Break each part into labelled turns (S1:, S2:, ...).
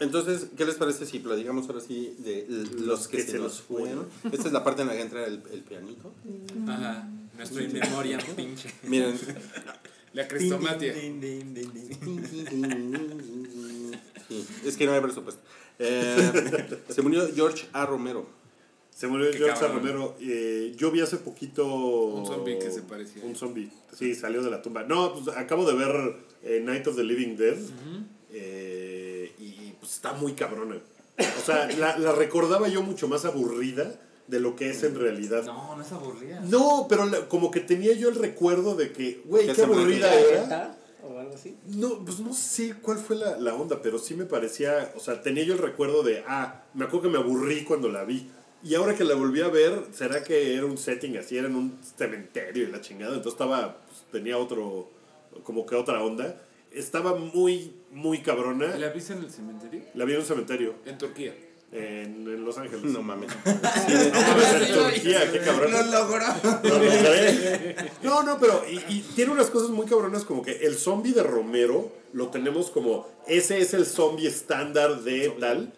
S1: Entonces, ¿qué les parece si platicamos ahora sí de l- los que, se, nos fueron? Esta es la parte en la que entra el, el pianito.
S2: Ajá. Nuestro in memoria, pinche.
S1: Miren.
S2: La crestomatia.
S1: Sí, es que no hay presupuesto. Eh, se murió George A. Romero.
S3: Se murió
S2: Qué
S3: George A.
S2: cabrón.
S3: Romero. Eh, yo vi hace poquito. Un
S2: zombi que se parecía.
S3: Un zombie. Sí, salió de la tumba. No, pues acabo de ver eh, Night of the Living Dead. Eh, y pues está muy cabrona. O sea, la, la recordaba yo mucho más aburrida de lo que es en realidad. No,
S4: No, no es aburrida.
S3: pero la- como que tenía yo el recuerdo de que, güey,
S1: Que
S3: qué
S1: se murió.
S3: aburrida era.
S5: ¿Está? ¿O algo así?
S3: No, pues no sé cuál fue la, la onda, pero sí me parecía, o sea, tenía yo el recuerdo de, ah, me acuerdo que me aburrí cuando la vi. Y ahora que la volví a ver, ¿será que era un setting así? Era en un cementerio y la chingada. Entonces estaba, pues, tenía otro, como que otra onda. Estaba muy, muy cabrona.
S2: ¿La viste en el cementerio?
S3: La vi en un cementerio,
S2: En Turquía.
S3: en, en Los Ángeles.
S1: No mames.
S3: No mames, Ah, en Turquía, qué cabrón.
S4: Lo logró.
S3: No, no, ¿sabes? No, no, pero y, y tiene unas cosas muy cabronas como que el zombie de Romero lo tenemos como ese es el zombie estándar de tal.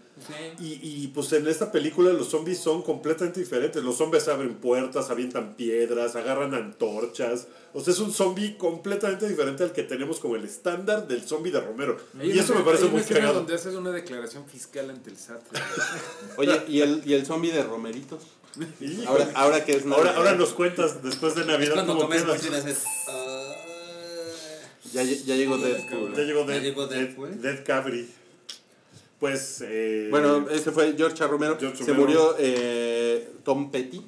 S3: Y, y, pues en esta película los zombies son completamente diferentes. Los zombies abren puertas, avientan piedras, agarran antorchas. O sea, es un zombie completamente diferente al que tenemos como el estándar del zombie de Romero.
S2: Hay
S3: Y
S2: una
S3: eso me
S2: escena-
S3: parece
S2: hay una
S3: muy
S2: escena
S3: cagado.
S2: donde haces una declaración fiscal ante el SAT. güey.
S1: Oye, ¿y el, y el zombie de Romeritos?
S3: Y-
S1: Ahora, ah, ahora que es
S3: ahora,
S1: Navidad.
S3: ahora nos cuentas después de Navidad
S4: Cuando
S3: cómo
S4: comes
S3: quedas.
S4: cochino haces. ah.
S1: Ya, ya llegó Deadpool.
S3: Ya llegó
S4: Ya
S3: Dead,
S4: llegó
S3: Dead-
S4: Deadpool.
S3: Dead Cabri. Pues. eh,
S1: Bueno, ese fue George A. Romero.
S3: George
S1: se
S3: Romero.
S1: murió eh, Tom Petty.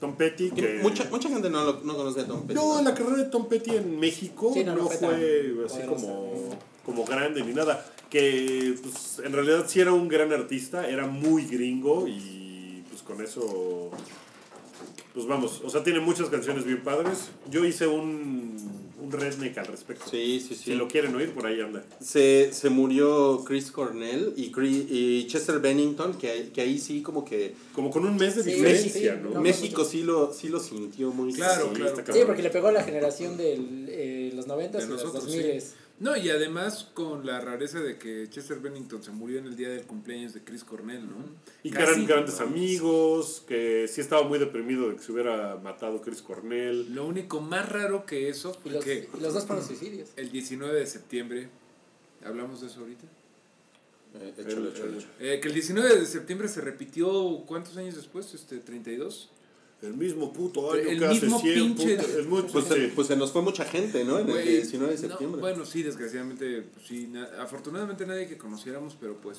S3: Tom Petty.
S1: Que
S3: Que
S1: Mucha, mucha gente no, lo- no conoce a Tom Petty.
S3: No, la carrera de Tom Petty en México
S5: Sí,
S3: no,
S5: no, no fue
S3: fue
S5: tan
S3: así
S5: poderosa.
S3: como, como grande ni nada. Que pues, en realidad sí era un gran artista, era muy gringo y pues con eso. Pues vamos, o sea, tiene muchas canciones bien padres. Yo hice un, un redneck al respecto.
S1: Sí, sí, sí.
S3: Si lo quieren oír, por ahí anda.
S1: se, se murió Chris Cornell y, Chri- y Chester Bennington, que, que ahí sí como que
S3: Como con un mes de
S5: Sí,
S3: diferencia,
S5: sí,
S3: ¿no?
S5: no,
S1: México sí lo, sí lo sintió muy
S2: Claro,
S1: sí.
S2: claro.
S3: está
S5: Sí,
S3: cabrón.
S5: porque le pegó a la generación de los 90
S2: De
S5: y los
S2: nosotros,
S5: 2000.
S2: sí. No, y además con la rareza de que Chester Bennington se murió en el día del cumpleaños de Chris Cornell, ¿no?
S3: Y que
S2: Casi,
S3: eran grandes
S2: ¿no?
S3: amigos, que sí estaba muy deprimido de que se hubiera matado Chris Cornell.
S2: Lo único más raro que eso
S5: Y
S2: fue
S5: los,
S2: que
S5: y los dos fueron suicidios.
S2: el 19 de septiembre, ¿hablamos de eso ahorita?
S1: Eh, échale, échale, échale.
S2: Eh, que el 19 de septiembre se repitió, ¿cuántos años después? Este, ¿32?
S3: El mismo puto
S2: El
S3: año que hace
S2: mismo
S3: 100
S2: pinche-
S3: puto- el mu-
S1: Pues, se,
S3: sí.
S1: pues se nos fue mucha gente, ¿no? En el
S2: Güey,
S1: 19 de
S2: no,
S1: septiembre.
S2: bueno, sí, desgraciadamente, pues, sí, na- afortunadamente nadie que conociéramos, pero pues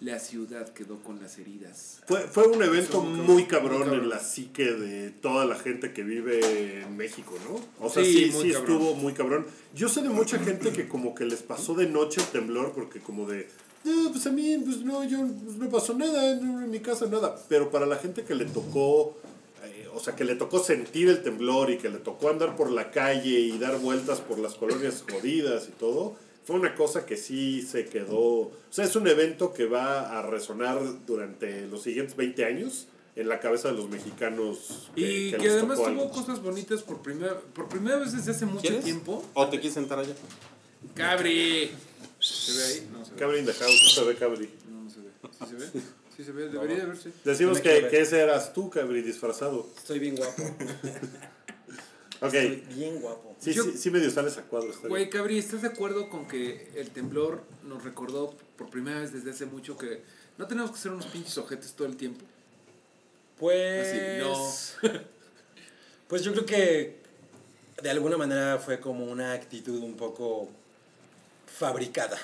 S2: la ciudad quedó con las heridas.
S3: Fue, fue un evento
S2: Muy cabrón,
S3: muy cabrón,
S2: muy cabrón.
S3: en la psique de toda la gente que vive en México, ¿no? O sea,
S2: Sí,
S3: sí,
S2: muy
S3: sí
S2: cabrón.
S3: estuvo muy cabrón. Yo sé de mucha gente que como que les pasó de noche el temblor porque como de... No, pues a mí, pues no, yo pues no pasó nada, no, en mi casa nada. Pero para la gente que le tocó, eh, o sea, que le tocó sentir el temblor y que le tocó andar por la calle y dar vueltas por las colonias jodidas y todo, fue una cosa que sí se quedó. O sea, es un evento que va a resonar durante los siguientes 20 años en la cabeza de los mexicanos.
S2: Y que,
S3: les
S2: además
S3: tocó
S2: tuvo
S3: algo.
S2: cosas bonitas por primera, por primera vez desde hace mucho
S1: ¿Quieres?
S2: tiempo.
S1: ¿O te quieres sentar allá?
S2: ¡Cabri! ¿Se ve ahí? No se ve.
S3: Cabri in the house, no se ve Cabri.
S2: No, no se ve. ¿Sí se ve? Sí se ve, debería de verse.
S3: Decimos
S4: No me quiero
S3: que,
S4: ver.
S3: que ese eras tú, Cabri, disfrazado.
S4: Estoy bien guapo.
S3: Ok.
S4: Estoy bien guapo.
S3: Sí,
S2: Yo-
S3: sí, sí medio sales a cuadro. este está bien.
S2: Güey, Cabri, ¿estás de acuerdo con que el temblor nos recordó por primera vez desde hace mucho que no tenemos que ser unos pinches ojetes todo el tiempo?
S4: Pues.
S2: Así, no.
S4: Pues yo creo que de alguna manera fue como una actitud un poco fabricada.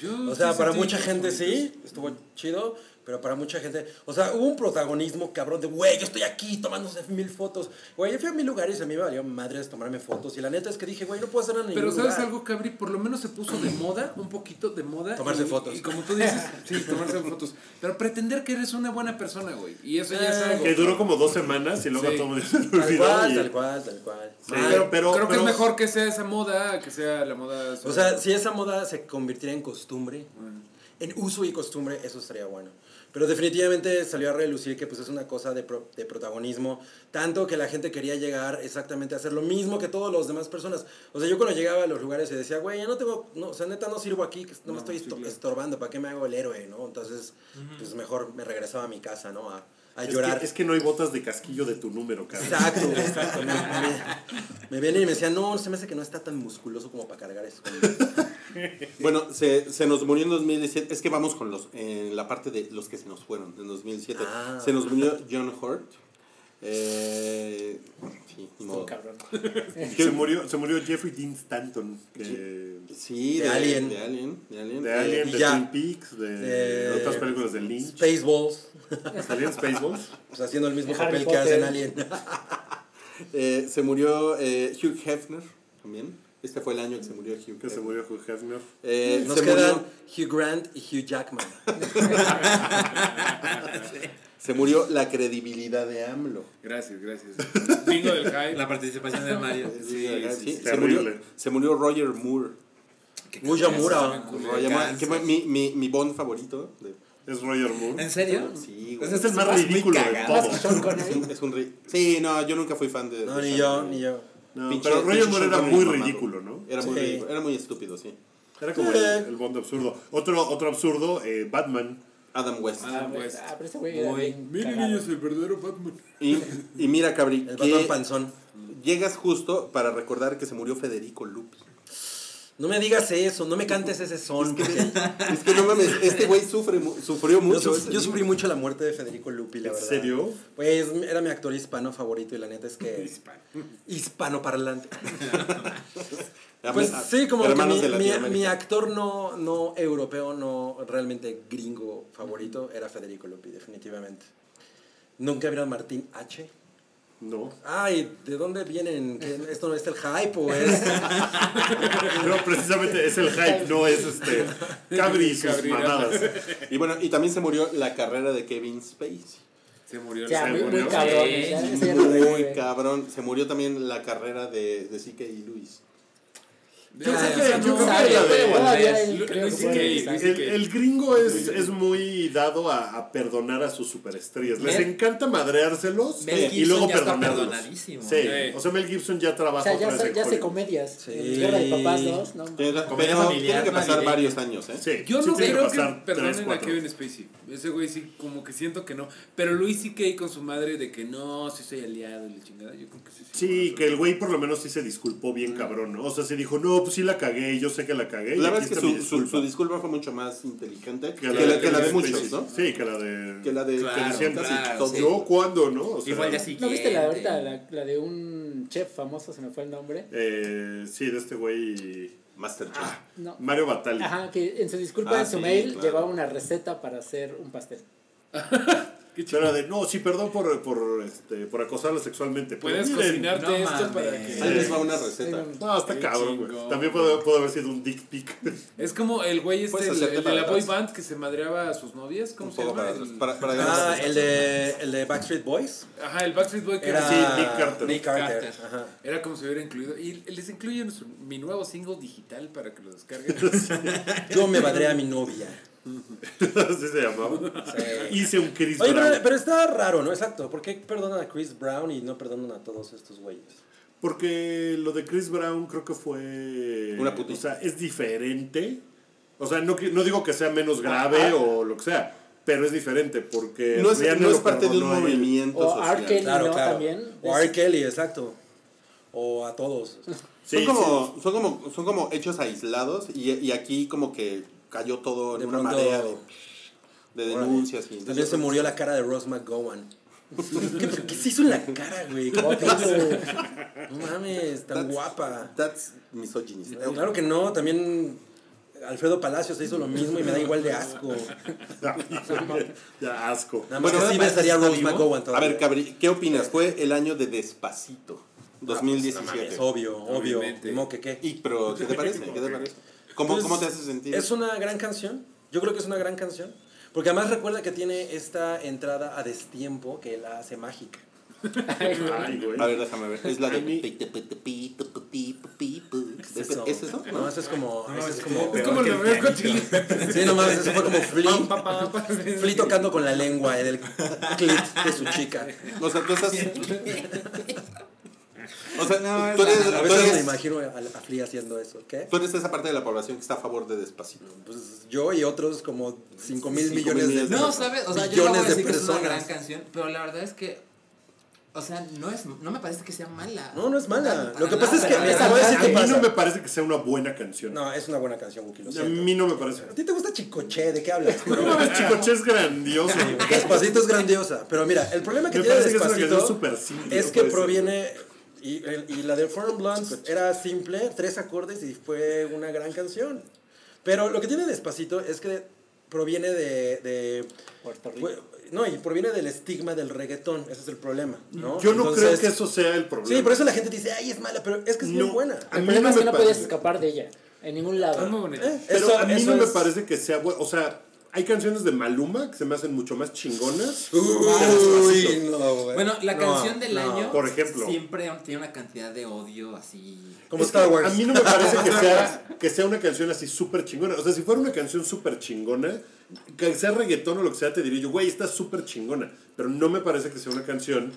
S2: Yo
S4: O sea,
S2: sí
S4: para
S2: sentí
S4: mucha gente
S2: cosas
S4: sí,
S2: bonitas.
S4: estuvo chido, pero para mucha gente, o sea, hubo un protagonismo cabrón de, güey, yo estoy aquí tomándose mil fotos. Güey, yo fui a mil lugares y a mí me valió madres tomarme fotos. Y la neta es que dije, güey, no puedo hacer nada en
S2: Pero
S4: ningún
S2: ¿sabes
S4: lugar".
S2: algo, Cabri? Por lo menos se puso de moda, un poquito de moda.
S4: Tomarse
S2: y-
S4: fotos.
S2: Y como tú dices, sí, tomarse fotos. Pero pretender que eres una buena persona, güey. Y eso ya es
S4: Ah,
S2: algo.
S3: Que duró como dos semanas y luego
S2: Sí.
S3: todo el mundo se
S4: Tal
S3: olvidó
S4: cual,
S3: y-
S4: tal cual, tal cual.
S3: Sí,
S4: Mal.
S3: pero, pero-
S2: Creo que
S3: pero-
S2: es mejor que sea esa moda, que sea la moda.
S4: O sea, si esa moda se convirtiera en costumbre, en uso y costumbre, eso estaría bueno. Pero definitivamente salió a relucir que pues es una cosa de, pro- de protagonismo, tanto que la gente quería llegar exactamente a hacer lo mismo que todos los demás personas. O sea, yo cuando llegaba a los lugares y decía, güey, ya no tengo, no, o sea, neta no sirvo aquí, que no, me
S2: No,
S4: estoy
S2: sí,
S4: esto-
S2: claro.
S4: estorbando, ¿para qué me hago el héroe, no? Entonces, pues mejor me regresaba a mi casa, ¿no? A, a
S3: Es
S4: llorar.
S3: que, es que no hay botas de casquillo de tu número, cabrón.
S4: Exacto, güey, exacto. Me, me- me vienen y me decían, no, se me hace que no está tan musculoso como para cargar eso.
S1: Bueno, se, se nos murió en 2017. Es que vamos con los en la parte de los que se nos fueron en 2007.
S4: Ah.
S1: Se nos murió John Hurt. Eh, sí, ni
S5: Estuvo
S1: modo.
S5: cabrón.
S3: Se murió, se murió Jeffrey Dean Stanton. que-
S1: Sí,
S4: De
S1: de,
S4: Alien.
S1: De Alien. De Alien.
S3: de
S1: Eh,
S3: Alien, de
S4: ya.
S3: Twin Peaks, de,
S4: De-
S3: otras películas de Lynch.
S4: Spaceballs,
S3: Salían Spaceballs.
S4: pues haciendo el mismo
S5: Harry
S4: papel que
S5: Potter.
S4: hacen Alien.
S1: eh, se murió eh, Hugh Hefner también. Este fue el año que se murió Hugh
S3: Que se
S1: Hefner.
S3: murió Hugh Hefner.
S1: Eh,
S4: Nos
S1: se,
S4: quedan
S1: murió,
S4: Hugh Grant y Hugh Jackman.
S1: se murió la credibilidad de AMLO.
S2: Gracias, gracias. Bingo del hype.
S6: La participación de Mario. Sí, sí.
S1: Sí, se,
S3: terrible.
S1: murió, se murió Roger Moore.
S4: Mura.
S1: Roger Moore, que fue mi, mi, mi Bond favorito. de-
S3: Es Roger Moore.
S6: ¿En serio?
S1: Sí, güey.
S6: Ese es el
S3: Es
S6: más
S3: más ridículo
S6: ridículo
S3: de
S6: de
S5: Más que Sean Connery.
S1: Es un rey. Sí, no, yo nunca fui fan de.
S4: No,
S1: de
S4: ni
S1: Sean
S4: yo,
S1: Connery.
S4: ni yo.
S3: No,
S1: Pinche-
S3: pero Roger
S1: pinche
S3: Moore era
S1: Sean
S3: muy
S1: Connery,
S3: ridículo, ¿no?
S1: Era muy,
S4: Sí.
S1: ridículo, era muy estúpido, sí.
S3: Era como el, el Bond absurdo. Otro, otro absurdo, eh, Batman.
S1: Adam West.
S2: Ah, pues.
S5: Ah, pero ese güey era
S6: Muy-
S5: bien
S2: Miren,
S5: cagado.
S2: niños, el verdadero Batman.
S1: Y, y mira, Cabri,
S4: El
S1: que
S4: Batman Panzón.
S1: llegas justo para recordar que se murió Federico Lupi.
S4: No me digas eso, no me cantes ese son. porque
S1: Es que no mames, este güey sufre, mu- sufrió
S4: Yo,
S1: mucho.
S4: suf- yo sufrí mucho la muerte de Federico Lupi, la
S3: ¿En
S4: verdad.
S3: serio?
S4: Pues era mi actor hispano favorito y la neta es que. Hispano. parlante. Pues sí, como que
S1: hermanos
S4: mi,
S1: de
S4: mi-
S1: Latinoamérica.
S4: mi actor no, no europeo, no realmente gringo favorito era Federico Lupi, definitivamente. Nunca vieron Martín H.
S3: No.
S4: Ay, ¿de dónde vienen? ¿Qué- ¿Esto no es el hype o es.?
S3: No, precisamente es el hype, no es este. Cabri y sus
S2: Cabri, ¿no?
S3: mamadas.
S1: Y bueno, y también se murió la carrera de Kevin Spacey.
S2: Se murió.
S5: Ya,
S2: la-
S5: muy, muy
S3: Sí,
S5: cabrón.
S6: sí,
S5: ya, ese ya no
S1: Muy
S5: revive.
S1: cabrón. Se murió también la carrera de, de C.K. y Lewis.
S2: Ya,
S4: Yo
S2: ya,
S4: sé que-
S2: ya,
S4: yo
S2: no,
S4: creo que
S2: sabe,
S3: la
S2: güey.
S3: veo.
S5: Todavía
S6: Andrés,
S5: él
S2: Lu-
S5: creo
S2: Luis
S5: que puede
S2: CK,
S5: estar.
S2: Luis
S3: El, el gringo es, es muy dado a, a perdonar a sus superestrellas. Les
S2: ¿Eh?
S6: Mel-
S3: encanta madreárselos
S6: Mel
S3: y luego
S6: Gibson ya está
S3: perdonarlos.
S6: perdonadísimo.
S3: Sí.
S2: Sí.
S3: O sea, Mel Gibson ya
S5: O
S3: trabaja
S5: sea, ya,
S3: otra
S5: se-
S3: vez
S5: ya
S3: en
S5: hace
S3: Hollywood.
S5: comedias.
S4: Sí.
S5: En Guerra de Papás 2, no.
S1: Tiene
S6: Comedia
S1: pero
S6: familiar,
S1: tiene que pasar
S6: navideña.
S1: varios años, ¿eh?
S3: Sí,
S2: Yo
S3: sí
S2: no
S3: tiene que
S2: creo que
S3: pasar tres,
S2: perdonen a
S3: cuatro.
S2: Kevin Spacey. Ese güey sí, como que siento que no. Pero Luis CK con su madre de que no, sí soy aliado y la chingada. Yo creo que sí.
S3: Sí, que el güey por lo menos sí se disculpó
S2: Ah.
S3: bien cabrón, ¿no? O sea, se dijo, no, pues sí la cagué, yo sé que la cagué. y
S1: La verdad
S3: aquí
S1: es que
S3: está
S1: su,
S3: mi
S1: su-
S3: disculpa".
S1: su disculpa fue mucho más inteligente que,
S3: Que la,
S1: la, que la de
S3: Kevin
S1: muchos,
S3: Spacey.
S1: ¿no?
S3: Sí, que la de...
S1: Que la de
S6: Claro,
S1: que decían casi
S6: claro,
S1: todos.
S6: sí.
S3: Yo cuándo, ¿no? O sea,
S6: Igual ya
S5: ¿No
S6: siguiente.
S5: viste la ahorita la, la de un chef famoso, se me fue el nombre?
S3: Eh, sí, de este güey...
S1: Masterchef.
S5: No.
S3: Mario Batali.
S5: Ajá, que en su disculpa
S1: Ah,
S5: en su
S1: sí,
S5: mail
S1: claro.
S5: llevaba una receta para hacer un pastel.
S3: Pero era de, no, sí, perdón por, por, este, por acosarla sexualmente. pero
S2: Puedes
S3: miren,
S2: cocinarte
S6: no
S2: esto
S6: mames.
S2: para que.
S1: Ahí les va una
S5: Era
S1: receta.
S5: un-
S3: No, está
S2: Qué
S3: cabrón, güey.
S2: chingón.
S3: También puede, puede haber sido un dick pic.
S2: Es como el güey este,
S1: Puedes
S2: el,
S1: hacerte
S2: el de
S1: para
S2: la boy
S1: atrás.
S2: band que se madreaba a sus novias. ¿Cómo
S1: Un
S2: se
S1: poco
S2: llama?
S1: para,
S2: El-
S1: para, para ganar
S4: Ah,
S1: satisfacción.
S4: el de, el de Backstreet Boys.
S2: Ajá, el Backstreet Boy que
S4: Era
S2: era,
S3: Sí, Nick Carter.
S4: Nick Carter,
S6: Carter.
S4: ajá.
S2: era como si hubiera incluido. Y les incluyen su- mi nuevo single digital para que lo descarguen.
S4: Yo me madré a mi novia.
S3: Así se llamaba.
S4: Sí.
S3: Hice un Chris
S4: Oye,
S3: Brown.
S4: pero, pero está raro, ¿no? Exacto. ¿Por qué perdonan a Chris Brown y no perdonan a todos estos güeyes?
S3: Porque lo de Chris Brown creo que fue.
S1: Una puta.
S3: O sea, es diferente. O sea, no, que- no digo que sea menos grave o lo que sea, pero es diferente porque.
S1: No es,
S3: Rihanna
S1: no es
S3: lo
S1: parte de un
S3: perdonó a él.
S1: movimiento
S5: O
S1: social.
S5: R. Kelly.
S4: Claro,
S5: ¿no?
S4: claro.
S5: También.
S4: O R. Kelly, exacto. O a todos.
S3: Sí,
S1: son, como, son, como, son como hechos aislados y, y aquí como que cayó todo en
S4: De
S1: una
S4: pronto-
S1: marea de, de
S4: Órale.
S1: denuncias. y-
S4: También se murió la cara de Ross McGowan. ¿Qué, qué se hizo en la cara, güey? ¿Qué pedo? No mames, tan
S1: That's-
S4: guapa.
S1: That's misogynist.
S4: Claro que no, también Alfredo Palacio se hizo lo mismo y me da igual de asco.
S3: sí. ya asco.
S4: Nada más
S1: Bueno,
S4: que sí
S1: ¿está
S4: besaría a Rose
S1: vivo?
S4: McGowan
S1: A
S4: todavía.
S1: ver, Cabri, ¿qué opinas? Fue el año de Despacito,
S4: Ah, pues, No mames,
S1: 2017.
S4: obvio, obvio.
S2: Obviamente.
S4: Ni modo que qué.
S1: Y, pero, ¿qué te parece? ¿Qué te parece? ¿Cómo,
S4: Pues,
S1: ¿Cómo te hace sentir?
S4: Es una gran canción. Yo creo que es una gran canción. Porque además recuerda que tiene esta entrada a destiempo que la hace mágica.
S5: Ay, güey.
S3: Ay, güey.
S1: A ver, déjame ver. Es la de.
S3: A mí-
S1: ¿Es
S4: ¿Es eso?
S1: eso?
S4: No, eso es como. eso es como.
S2: Es como el de Roberto Chile.
S4: Sí, no mames, eso fue como Flea. Flea tocando con la lengua en el clip de su chica.
S1: O sea, tú estás. O sea,
S6: es
S1: tú,
S6: la-
S1: eres,
S4: A
S1: tú,
S4: veces me
S1: eres,
S4: imagino a, a Flea haciendo eso. ¿Qué?
S1: tú eres esa parte de la población que está a favor de Despacito.
S4: Pues yo y otros como 5 mil
S1: Cinco mil
S4: millones de
S1: millones de-
S4: personas.
S1: No,
S6: No, ¿sabes? O sea, yo no voy
S4: Millones
S6: a
S4: de
S6: decir que es una gran
S4: personas.
S6: canción, pero la verdad es que. O sea, no, es, no me parece que sea mala.
S4: No, no es mala.
S6: Para
S4: Lo que
S6: nada,
S4: pasa es que.
S6: para
S4: mira,
S6: nada.
S4: te voy a decir
S3: A
S4: qué
S3: mí no
S4: pasa.
S3: me parece que sea una buena canción.
S4: No, es una buena canción, Wookie. Lo
S3: a
S4: siento.
S3: mí no me parece.
S4: ¿A ti te gusta Chicoche? ¿De qué hablas?
S3: No mames, Chicoche es grandioso.
S4: Despacito es grandiosa. Pero mira, el problema que
S3: Me
S4: tiene
S3: parece que es una
S4: Despacito
S3: canción súper simple,
S4: es
S3: no
S4: que
S3: puede ser.
S4: proviene. Y, el- y la de Foreign Blondes era simple, tres acordes y fue una gran canción. Pero lo que tiene Despacito es que proviene de. de-
S5: Puerto Rico.
S4: fue- no, y proviene del estigma del reggaetón. Ese es el problema, ¿no?
S3: Yo no creo
S4: Entonces-
S3: que eso sea el problema.
S4: Sí, por eso la gente dice, ay, es mala, pero es que es muy
S3: No,
S4: buena.
S3: a
S5: El
S3: mí no
S5: problema es
S3: me
S5: que no podías
S3: parece.
S5: escapar de ella. En ningún lado.
S2: Es muy bonito.
S4: Eh,
S3: Pero
S4: eso-
S3: a mí
S4: eso
S3: no me
S4: es-
S3: parece que sea bueno. O sea, hay canciones de Maluma que se me hacen mucho más chingonas.
S4: Uy, no, güey.
S6: Bueno, la
S4: No,
S6: canción del
S4: no.
S6: año.
S3: Por ejemplo.
S6: Siempre tiene una cantidad de odio así.
S4: Como
S3: Es que
S4: Star Wars.
S3: A mí no me parece que sea, que sea una canción así súper chingona. O sea, si fuera una canción súper chingona, que sea reggaetón o lo que sea, te diría yo, güey, está súper chingona. Pero no me parece que sea una canción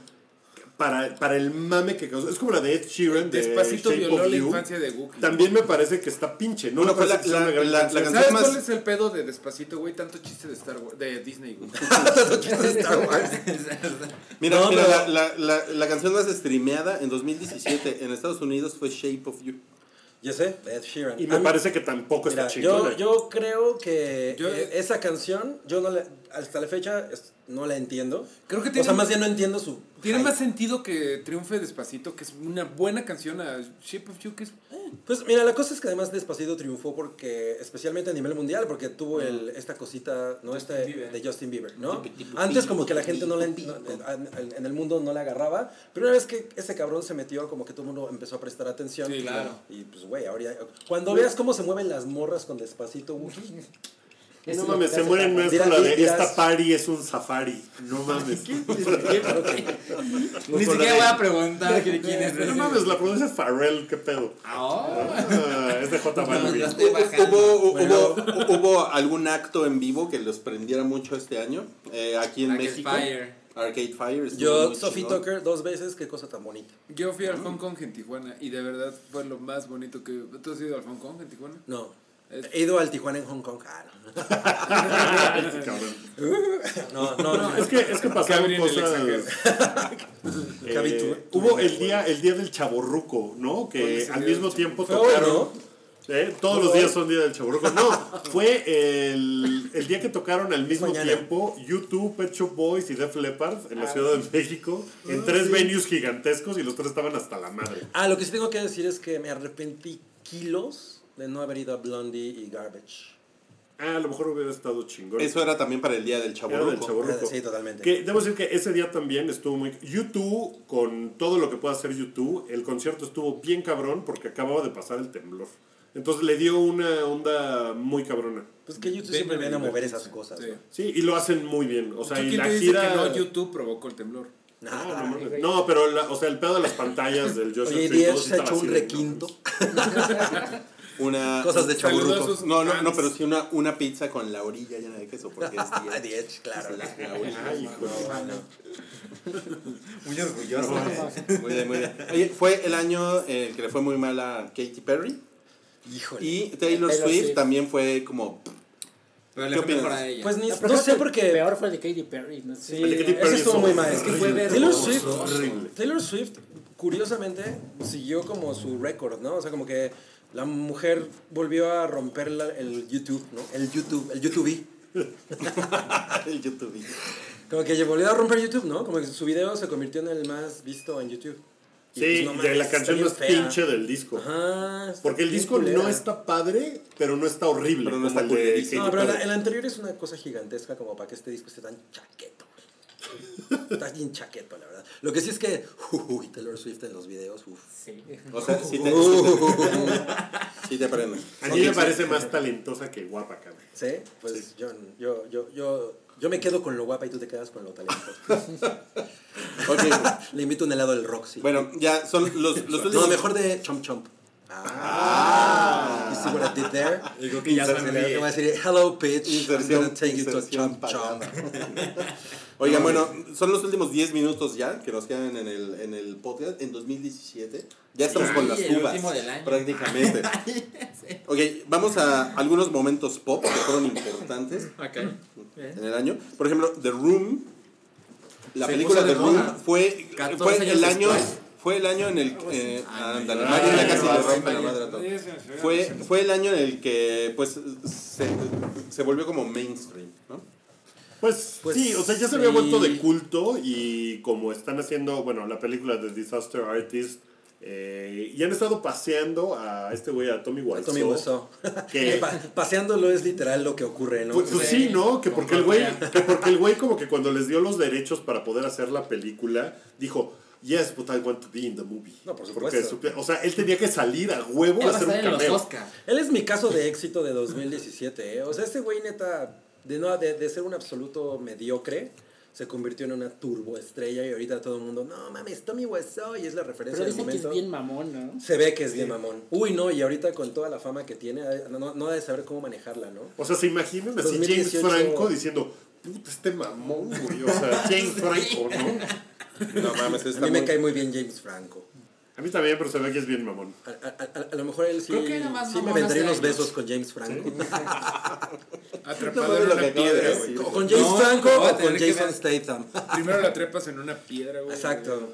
S3: para, para el mame que causó. Es como la de Ed Sheeran de
S2: Despacito
S3: Shape
S2: violó
S3: of
S2: la
S3: You.
S2: infancia de Wookiee.
S3: También me parece que está pinche. No
S1: Bueno,
S3: me
S1: pues
S3: parece
S1: la-
S3: que sea una
S1: la-
S3: gran
S1: la
S3: canción.
S1: canción-
S2: ¿Sabes
S1: más-
S2: cuál es el pedo de Despacito, güey? Tanto chiste de Star Wars, de Disney, güey.
S4: Tanto chiste de Star Wars.
S1: Mira,
S4: No,
S1: mira, la,
S4: pero-
S1: la, la, la canción más streameada en 2017 en Estados Unidos fue Shape of You.
S4: Yo sé, de Ed Sheeran.
S3: Y me
S4: A mí-
S3: parece que tampoco
S4: Mira,
S3: está
S4: yo,
S3: chingona.
S4: yo creo que
S2: Yo-
S4: eh, esa canción, yo no la, hasta la fecha es- no la entiendo.
S2: Creo que
S4: O sea,
S2: tiene-
S4: más bien no entiendo su.
S2: Tiene
S4: hype.
S2: más sentido que triunfe Despacito, que es una buena canción a Shape of You, que es...
S4: Pues mira, la cosa es que además Despacito triunfó porque, especialmente a nivel mundial, porque tuvo el, esta cosita, ¿no? Este,
S6: Bieber.
S4: de Justin Bieber, ¿no?
S1: Tipi, tipi,
S4: Antes
S1: tipi,
S4: como que la
S1: tipi,
S4: gente no la en,
S1: tipi,
S4: no-
S1: tipi.
S4: en- en el mundo no la agarraba, pero una vez que ese cabrón se metió, como que todo el mundo empezó a prestar atención.
S2: Sí, claro.
S4: Y pues, güey, ahora ya- Cuando veas cómo se mueven las morras con Despacito, güey.
S5: Eso
S3: No
S5: es
S3: mames,
S5: lo
S3: se
S5: que
S3: mueren
S5: hace
S3: no es
S4: Dirá-
S3: con la de
S4: dirás-
S3: esta party es un safari. No mames.
S4: Claro que-
S6: Ni siquiera voy a preguntar que- quién es.
S3: No mames, la produce Pharrell, qué pedo.
S2: oh.
S6: Ah,
S3: Ah, es de J Balvin.
S6: No, Estoy bajando.
S1: Hubo, hubo, hubo algún acto en vivo que los prendiera mucho este año eh, aquí en
S6: Arcade
S1: México.
S6: Fire.
S1: Arcade Fire. estuvo
S4: Yo,
S1: muy
S4: Sophie
S1: chingón.
S4: Tucker, dos veces, qué cosa tan bonita.
S2: Yo fui al Hong Kong en Tijuana y de verdad fue lo más bonito que... ¿Tú has ido al Hong Kong en Tijuana?
S4: No.
S2: Es-
S4: He ido al Tijuana en Hong Kong. Ah,
S3: Cabrón.
S4: no. No, no, no.
S3: Es que, es que pasaron
S2: Cabri en el
S3: cosas. Eh,
S4: Cabri, tú- tú
S3: hubo
S4: me
S3: el día, el día del chaborruco, ¿no?
S2: ¿Cuál
S3: Que
S2: es el
S3: al
S2: día
S3: mismo
S2: del
S3: tiempo
S4: Fue hoy,
S3: tocaron.
S4: ¿no?
S3: ¿eh? Todos
S4: Fue
S3: los
S4: hoy.
S3: días son día del chaborruco. No, fue el, el día que tocaron al mismo
S4: Mañana. Ah.
S3: tiempo YouTube, Pet Shop Boys y Def Leppard en la Ciudad de México, en tres venues gigantescos y los tres estaban hasta la madre.
S4: Ah, lo que sí tengo que decir es que me arrepentí kilos de no haber ido a Blondie y Garbage.
S3: Ah, a lo mejor hubiera estado chingón.
S1: Eso era también para el día del
S3: Era del
S1: chaburruco.
S3: chaborruco.
S4: Sí, totalmente.
S3: Que debo decir que ese día también estuvo muy. YouTube, con todo lo que pueda hacer YouTube, el concierto estuvo bien cabrón porque acababa de pasar el temblor. Entonces le dio una onda muy cabrona.
S4: Pues que YouTube siempre viene a mover esas cosas.
S2: Sí.
S4: ¿no?
S3: Sí, y lo hacen muy bien. O sea,
S2: ¿Tú
S3: y
S2: quién
S3: la
S2: te dice
S3: gira.
S2: que no YouTube provocó el temblor?
S3: Ah,
S4: Nah.
S3: no, mames. No, pero la- o sea, el pedo de las pantallas del Joshua Tree,
S4: Oye,
S3: todo
S4: Diez
S3: Pues sí
S4: se ha
S3: estaba
S4: hecho un
S3: así de,
S4: requinto.
S1: Una,
S4: Cosas de
S2: Saludos a
S4: chaburruco.
S2: sus-
S1: No, no, no, pero sí una, una pizza con la orilla llena de queso, porque es
S4: Ah,
S1: 10.
S4: Diez, claro.
S1: La orilla.
S3: Ay, hijo de-
S4: pues
S6: Muy orgulloso.
S1: Muy bien, muy bien. Oye, fue el año eh, que le fue muy mal a Katy Perry.
S4: Híjole.
S1: Y Taylor,
S5: Taylor
S1: Swift,
S5: Swift.
S1: también fue como.
S6: Pero
S1: ¿Qué
S6: le fue
S1: opinas?
S6: mejor a ella.
S4: pues ni,
S5: No,
S4: no
S5: pero creo
S4: sé
S5: que
S4: por qué.
S5: Peor fue el de Katy Perry. No sé.
S3: El de Katy
S4: Eso
S3: Perry
S4: estuvo
S3: es
S4: muy mal. Es que fue
S3: horrible.
S4: Taylor Swift,
S3: Horrible.
S4: Taylor Swift, curiosamente, siguió como su récord, ¿no? O sea, como que la mujer volvió a romper la- el YouTube, ¿no? El YouTube, el YouTube.
S1: el YouTube.
S4: Como que volvió a romper YouTube, ¿no? Como que su video se convirtió en el más visto en YouTube. Y
S3: Sí,
S4: pues, no
S3: de la
S4: mames,
S3: canción más
S4: está bien fea.
S3: pinche del disco.
S4: Ajá. está
S3: Porque el
S4: bien
S3: disco
S4: culera.
S3: no está padre, pero no está horrible.
S1: Pero no
S3: como
S1: está
S3: el de
S1: culerísimo.
S4: No,
S3: Katy
S4: pero la-
S3: Perry.
S4: el anterior es una cosa gigantesca como para que este disco esté tan chaqueto. güey. Estás bien chaqueto, la verdad. Lo que sí es que, uy, Taylor Swift en los videos, uf.
S5: Sí.
S1: O sea, sí te, sí te, sí te prende.
S3: A mí me parece más talentosa que guapa, cabrón.
S4: ¿Sí? Pues Yo, yo, yo, yo, yo me quedo con lo guapa y tú te quedas con lo talentoso.
S1: Ok,
S4: Le invito un helado del Roxy.
S1: bueno, ya son los, los últimos.
S4: no, mejor de Chomp Chomp. Ah. You see what I did there?
S3: Digo que ya
S4: Te voy a decir, hello, bitch. I'm
S1: Inserción-
S4: gonna take you to
S1: inserción
S4: Chomp Chomp.
S1: pagada. Oigan, bueno,
S6: eh,
S1: son los últimos 10 minutos ya que nos quedan en el, en el podcast. En 2017 ya estamos
S6: Sí,
S1: con las
S6: el
S1: uvas.
S6: último del año.
S1: Prácticamente. Ok, vamos a algunos momentos pop que fueron importantes en el año. Por ejemplo, The Room. La
S6: Se
S1: película
S6: puso
S1: The
S6: de
S1: Room
S6: moda.
S1: fue,
S6: 14
S1: fue el
S6: años
S1: año.
S6: después.
S1: Fue el año en el que. eh, ándale,
S3: ay,
S1: Mario ya
S3: ay,
S1: casi le
S3: ay,
S1: rompe la
S6: ay,
S1: madre a todo. Fue, fue el año en el que pues se, se volvió como mainstream, ¿no?
S3: Pues,
S4: Pues,
S3: sí, o sea, ya se había
S4: sí.
S3: vuelto de culto y como están haciendo, bueno, la película de Disaster Artist, eh, y han estado paseando a este güey, a Tommy Wiseau.
S4: Tommy Wiseau.
S3: Que,
S4: Pa- paseándolo es literal lo que ocurre, ¿no?
S3: pues, pues sí, ¿no? Que porque el güey, que porque el güey como que cuando les dio los derechos para poder hacer la película, dijo... Yes, but I want to be in the movie.
S4: No, por
S3: Porque
S4: supuesto.
S3: supe- o sea, él tenía que salir a huevo
S6: Él
S3: a
S6: va a
S3: hacer
S6: estar
S3: un
S6: en
S3: cameo.
S2: pues,
S6: los Oscar.
S4: Él es mi caso de éxito de 2017, ¿eh? O sea, este güey neta, de, no, de, de ser un absoluto mediocre, se convirtió en una turboestrella y ahorita todo el mundo, no mames, Tommy Wiseau, y es la referencia
S5: Pero
S4: del
S5: dicen que
S4: momento.
S5: es bien mamón, ¿no?
S4: Se ve que es bien mamón. Uy, no, y ahorita con toda la fama que tiene, no, no, no ha de saber cómo manejarla, ¿no?
S3: O sea, se imaginan así James
S4: 2018.
S3: Franco diciendo, puta, este mamón, güey. O sea, James Franco, ¿no?
S1: No mames,
S4: A
S1: está
S4: mí me
S1: muy-
S4: cae muy bien James Franco.
S3: A mí también, pero se ve que es bien mamón.
S4: A, a- a- a lo mejor él sí,
S6: Creo que era más
S4: sí me
S6: mamón
S4: vendría
S6: hace
S4: unos
S6: años.
S4: besos con James Franco.
S1: No
S2: Atrapado
S1: mames
S2: en
S1: lo
S2: una
S1: que acabo de
S2: piedra, güey.
S1: decir.
S4: O con James
S2: No,
S4: Franco
S2: no,
S4: o
S2: tener
S4: con
S2: que
S4: Jason
S2: ver-
S4: Statham.
S2: Primero la trepas en una piedra, güey.
S4: Exacto.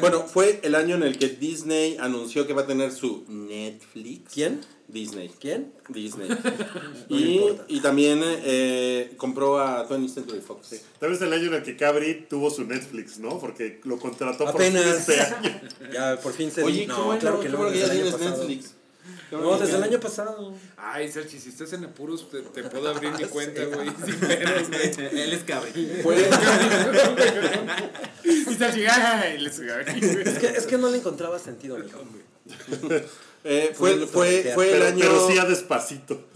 S1: Bueno, fue el año en el que Disney anunció que va a tener su Netflix.
S4: ¿Quién?
S1: Disney.
S4: ¿Quién?
S1: Disney.
S4: No
S1: y,
S4: importa.
S1: y también eh, compró a 20th Century Fox.
S3: Tal vez el año en el que Cabri tuvo su Netflix, ¿no? Porque lo contrató por
S4: Apenas.
S3: fin este año.
S4: Ya, por fin se
S1: Oye,
S4: di-
S1: qué bueno, qué bueno que
S4: desde
S1: ya
S4: el año
S1: tienes
S4: pasado.
S1: Netflix. Qué bueno
S4: No,
S1: que
S4: desde el
S1: ya-
S4: año pasado.
S2: Ay, Sergi, si estás en apuros, te, te puedo abrir mi cuenta,
S4: Sí.
S2: güey. Sin pedos, güey.
S6: Él es cabrón.
S1: Fue,
S2: Y Sergi, ay, les
S4: Es que, es que no le encontraba sentido, mijo.
S1: eh, fue, fue, fue el
S3: Pero,
S1: año...
S3: pero sí a despacito.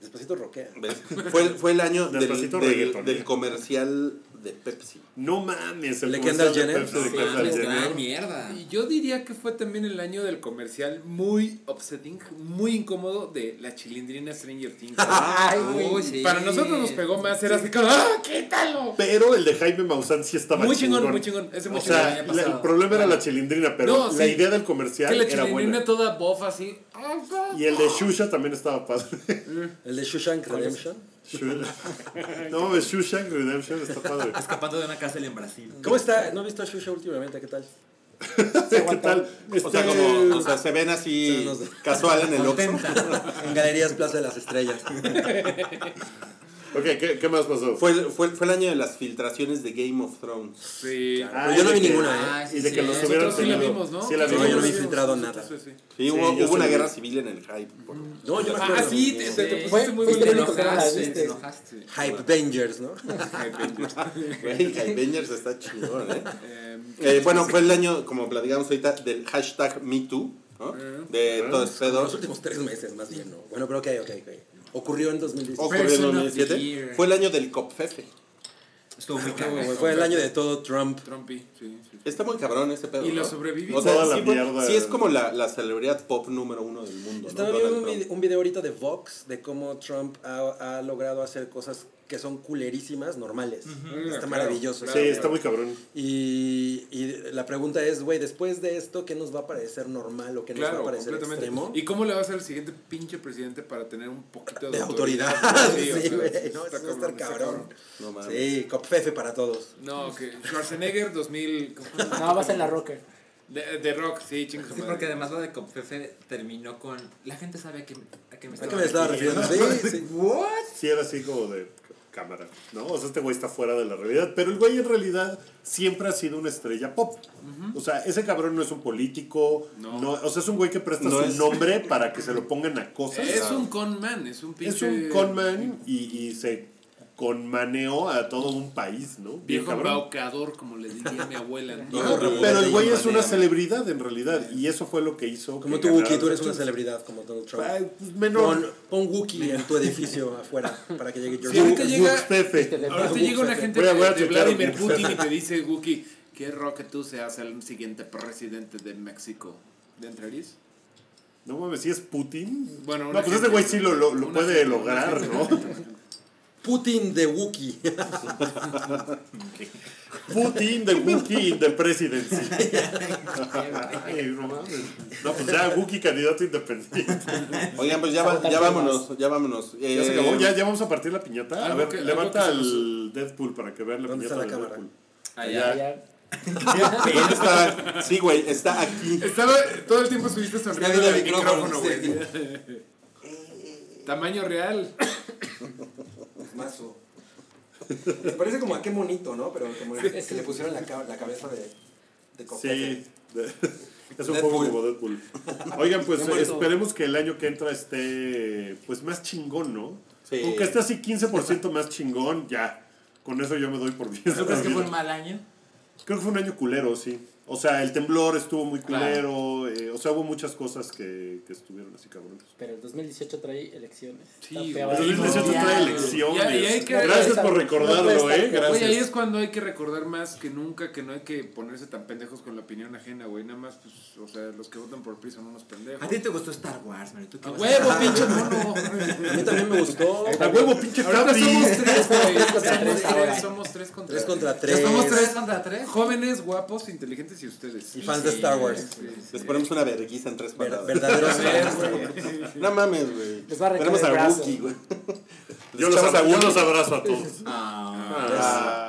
S4: Despacito roquea.
S1: ¿Ves? Fue, fue el año del,
S3: Despacito
S1: del-
S3: reggaetón.
S1: del comercial de Pepsi.
S3: No mames. El
S4: ¿Le
S3: comercial
S4: Kendall
S3: de
S4: Jenner?
S3: Pepsi de
S6: Sí,
S3: Kendall
S6: mames,
S3: Jenner.
S6: gran mierda.
S2: Y yo diría que fue también el año del comercial muy upsetting, muy incómodo de la chilindrina Stranger Things.
S6: Ay,
S2: Uy,
S6: güey, sí.
S2: Para nosotros nos pegó más, era así como, ¡ah, quítalo!
S3: Pero el de Jaime Maussan sí estaba
S2: Muy chingón, muy chingón. Ese muy
S3: O
S2: chingón.
S3: sea,
S6: había
S3: la- el
S6: pasado.
S3: problema era la chilindrina, pero
S2: No,
S3: la
S2: sí.
S3: idea del
S2: que
S3: comercial
S2: la
S3: era buena.
S2: chilindrina toda bofa así. ¡ah, ah!
S3: Y el de Shusha también estaba padre.
S4: El de Shushank Redemption.
S3: Shusha. no mames, Shushank Redemption está padre.
S6: Escapando de una cárcel en Brasil.
S4: ¿Cómo está? No he visto a Shusha últimamente, ¿qué tal?
S3: ¿Qué tal?
S1: O sea,
S3: Este-
S1: como, o sea, se ven
S4: Sí,
S1: así
S4: no sé.
S1: casual en el Oxxo.
S4: En Galerías Plaza de las Estrellas.
S3: Ok, ¿qué, qué más pasó?
S1: Fue, el- fue, el- fue el año de las filtraciones de Game of Thrones.
S2: Sí.
S3: Ah,
S4: Yo no
S3: y
S4: vi
S3: de que-
S4: ninguna,
S6: ¿eh?
S3: Y de que los
S6: Nosotros
S3: hubieran
S2: Nosotros sí la
S3: tenido.
S2: vimos, ¿no?
S3: Sí la
S4: No,
S3: vimos.
S4: yo no vi filtrado nada.
S1: Sí,
S3: Sí,
S1: hubo,
S3: yo
S1: hubo una
S3: sí.
S1: guerra civil en el hype. por-
S4: No, yo me
S2: Ah,
S4: acuerdo.
S2: sí, te, te- te
S6: Sí.
S2: pusiste
S5: Fue-
S2: muy
S5: fuiste
S2: bueno.
S5: el único que no la
S6: enojaste,
S5: viste.
S6: te enojaste.
S4: Hype Avengers, ¿no?
S1: Güey, Avengers está chingón, ¿eh?
S2: Eh,
S1: Eh, bueno, fue el año, como platicamos ahorita, del hashtag MeToo, ¿no?
S3: Ah,
S1: De todo es pedo.
S4: Los últimos tres meses, más bien, ¿no? Bueno, pero ok, ok, ok. Ocurrió en 2017.
S1: Ocurrió en
S6: Person of the
S1: 2007.
S6: year.
S1: Fue el año del COPFEFE.
S6: Estuvo muy
S4: Fue-
S6: cagado.
S4: Fue el año de todo Trump.
S2: Trumpy, sí, sí.
S1: Está muy cabrón ese pedo.
S2: Y lo
S1: ¿no?
S2: sobrevivimos.
S1: O sea,
S3: Toda la
S1: sí, fue-
S3: mierda.
S1: sí es como la, la celebridad pop número uno del mundo.
S4: Pues Estaba
S1: ¿no?
S4: viendo
S1: Donald
S4: un
S1: Trump.
S4: video, un video ahorita de Vox de cómo Trump ha, ha logrado hacer cosas que son culerísimas, normales. Está
S2: Mm, Claro,
S4: maravilloso.
S2: claro.
S3: Sí, está muy cabrón.
S4: Y, y la pregunta es, güey, después de esto, ¿qué nos va a parecer normal o qué nos va
S2: Claro,
S4: a parecer
S2: completamente.
S4: extremo?
S2: ¿Y cómo le va a hacer el siguiente pinche presidente para tener un poquito de,
S4: De autoridad.
S2: Sí, o
S4: Sí,
S2: sea,
S4: güey.
S2: está
S4: No, eso va a
S2: cabrón,
S4: estar
S2: está
S4: cabrón.
S1: No mames.
S4: Sí, copfefe para todos.
S2: No, que Schwarzenegger 2000.
S5: No, vas en la rocker.
S2: De, de rock, sí, chingas.
S6: Sí, porque además lo de Copfefe terminó con. La gente sabe a qué, a qué me
S4: ¿A
S6: estaba
S4: qué me estaba refiriendo? Sí, sí.
S3: Sí era así como de cámara, ¿no? O sea, este güey está fuera de la realidad, pero el güey en realidad siempre ha sido una estrella pop. O sea, ese cabrón no es un político,
S2: No.
S3: no, o sea, es un güey que presta
S1: No
S3: su
S1: es-
S3: nombre para que se lo pongan a cosas.
S2: Es un con man, es un pinche.
S3: Es un conman y, y se con maneo a todo un país, ¿no? Bien
S2: Viejo
S3: cabrón.
S2: embaucador, como le diría mi abuela. ¿no?
S1: Todo
S3: Pero,
S1: revoltoso
S3: el güey es
S1: maneo.
S3: una celebridad en realidad. Y eso fue lo que hizo.
S4: Como
S3: que
S4: tú, Wookie,
S3: ganara
S4: tú eres
S3: los
S4: una
S3: Oscars.
S4: celebridad como Donald Trump.
S3: Ah, pues, menor.
S4: Pon, pon Wookie en tu edificio afuera para que llegue
S2: Sí,
S4: George
S2: ahorita
S4: Lucas.
S2: llega-
S3: Wux Pepe.
S2: Ahora te
S5: Voy
S2: llega
S5: a-
S2: una gente
S3: voy a- voy a
S2: de
S3: tuitear a
S2: Vladimir
S3: Putin.
S2: Putin y te dice, Guki, quiero que tú seas el siguiente presidente de México. ¿De entrarías?
S3: No mames, si es Putin.
S2: Bueno,
S3: No,
S2: una
S3: pues
S2: gente-
S3: este güey sí lo, lo- lo
S2: una
S3: puede
S2: gente-
S3: lograr,
S2: una
S3: ¿no?
S2: gente-
S4: Putin de Wookie.
S3: Putin, the Wookiee in the presidency. Ay, no mames. No, pues ya, Wookiee candidato independiente.
S1: Oigan, pues ya, va- ya vámonos, ya vámonos.
S3: Ya se
S1: Eh,
S3: acabó, ya, ya vamos a partir la piñata. A
S2: Algo
S3: ver,
S2: que- algo
S3: levanta
S2: que se
S3: al Deadpool para que vean la
S4: ¿Dónde
S3: piñata
S4: está la
S3: del
S4: cámara?
S3: Deadpool.
S6: Ah,
S2: Allá.
S5: Ya.
S1: ¿Dónde está? Sí, güey, está aquí.
S2: Estaba todo el tiempo estuviste
S1: Ya
S2: sonriendo
S1: viene
S2: en
S1: el
S2: el micrófono,
S1: micrófono, sí.
S2: güey. Tamaño real.
S4: Mazo. Se parece como a qué monito, ¿no? Pero como que le pusieron la, ca- la cabeza de, de
S3: Sí.
S4: copete.
S3: Es un
S4: Deadpool.
S3: poco como Deadpool. Oigan, pues
S4: Me muerto.
S3: esperemos que el año que entra esté pues más chingón, ¿no?
S1: Sí.
S3: Aunque esté así 15% más chingón, ya. Con eso yo me doy por bien.
S6: ¿Pero crees que fue un mal año?
S3: Creo que fue un año culero, sí. O sea, el temblor estuvo muy culero. eh, o sea, hubo muchas cosas que, que estuvieron así cabrones.
S5: Pero el 2018 trae elecciones.
S2: Sí,
S5: Está
S2: güey.
S5: peor.
S3: Pero el 2018
S6: ya.
S3: trae
S2: Ya, y hay
S3: elecciones.
S2: que- pues,
S3: Gracias por
S5: No
S3: recordarlo, eh.
S5: puede estar-
S2: Oye, ahí
S3: Gracias.
S2: es cuando hay que recordar más que nunca que no hay que ponerse tan pendejos con la opinión ajena, güey. Nada más, pues, o sea, los que votan por PRI son unos pendejos.
S6: ¿A ti te gustó Star Wars, Mario? ¿Tú qué
S2: ¡A
S6: vas
S2: huevo, pinche mono!
S4: A mí también me gustó.
S3: A huevo, pinche
S2: Ahorita
S3: Capi.
S2: somos tres, güey. Somos
S5: tres
S2: tres,
S5: ahora.
S2: somos tres contra
S4: Tres contra
S6: Ya
S4: tres.
S6: somos tres contra tres.
S2: Jóvenes, guapos, inteligentes y ustedes.
S4: Y fans de Star Wars.
S1: Les ponemos una vergüenza en tres
S4: Ver-
S1: patadas.
S4: verdaderos
S2: A ver,
S4: fans.
S2: güey.
S1: No mames, güey.
S5: Les va a arrancar
S1: Ponemos
S5: el
S1: a
S5: brazo.
S1: Wookiee, güey.
S3: Yo
S1: Les
S3: los
S1: echamos a
S3: abrazo, yo los
S1: Wookiee.
S3: abrazo a todos.
S6: Ah.
S3: Ah.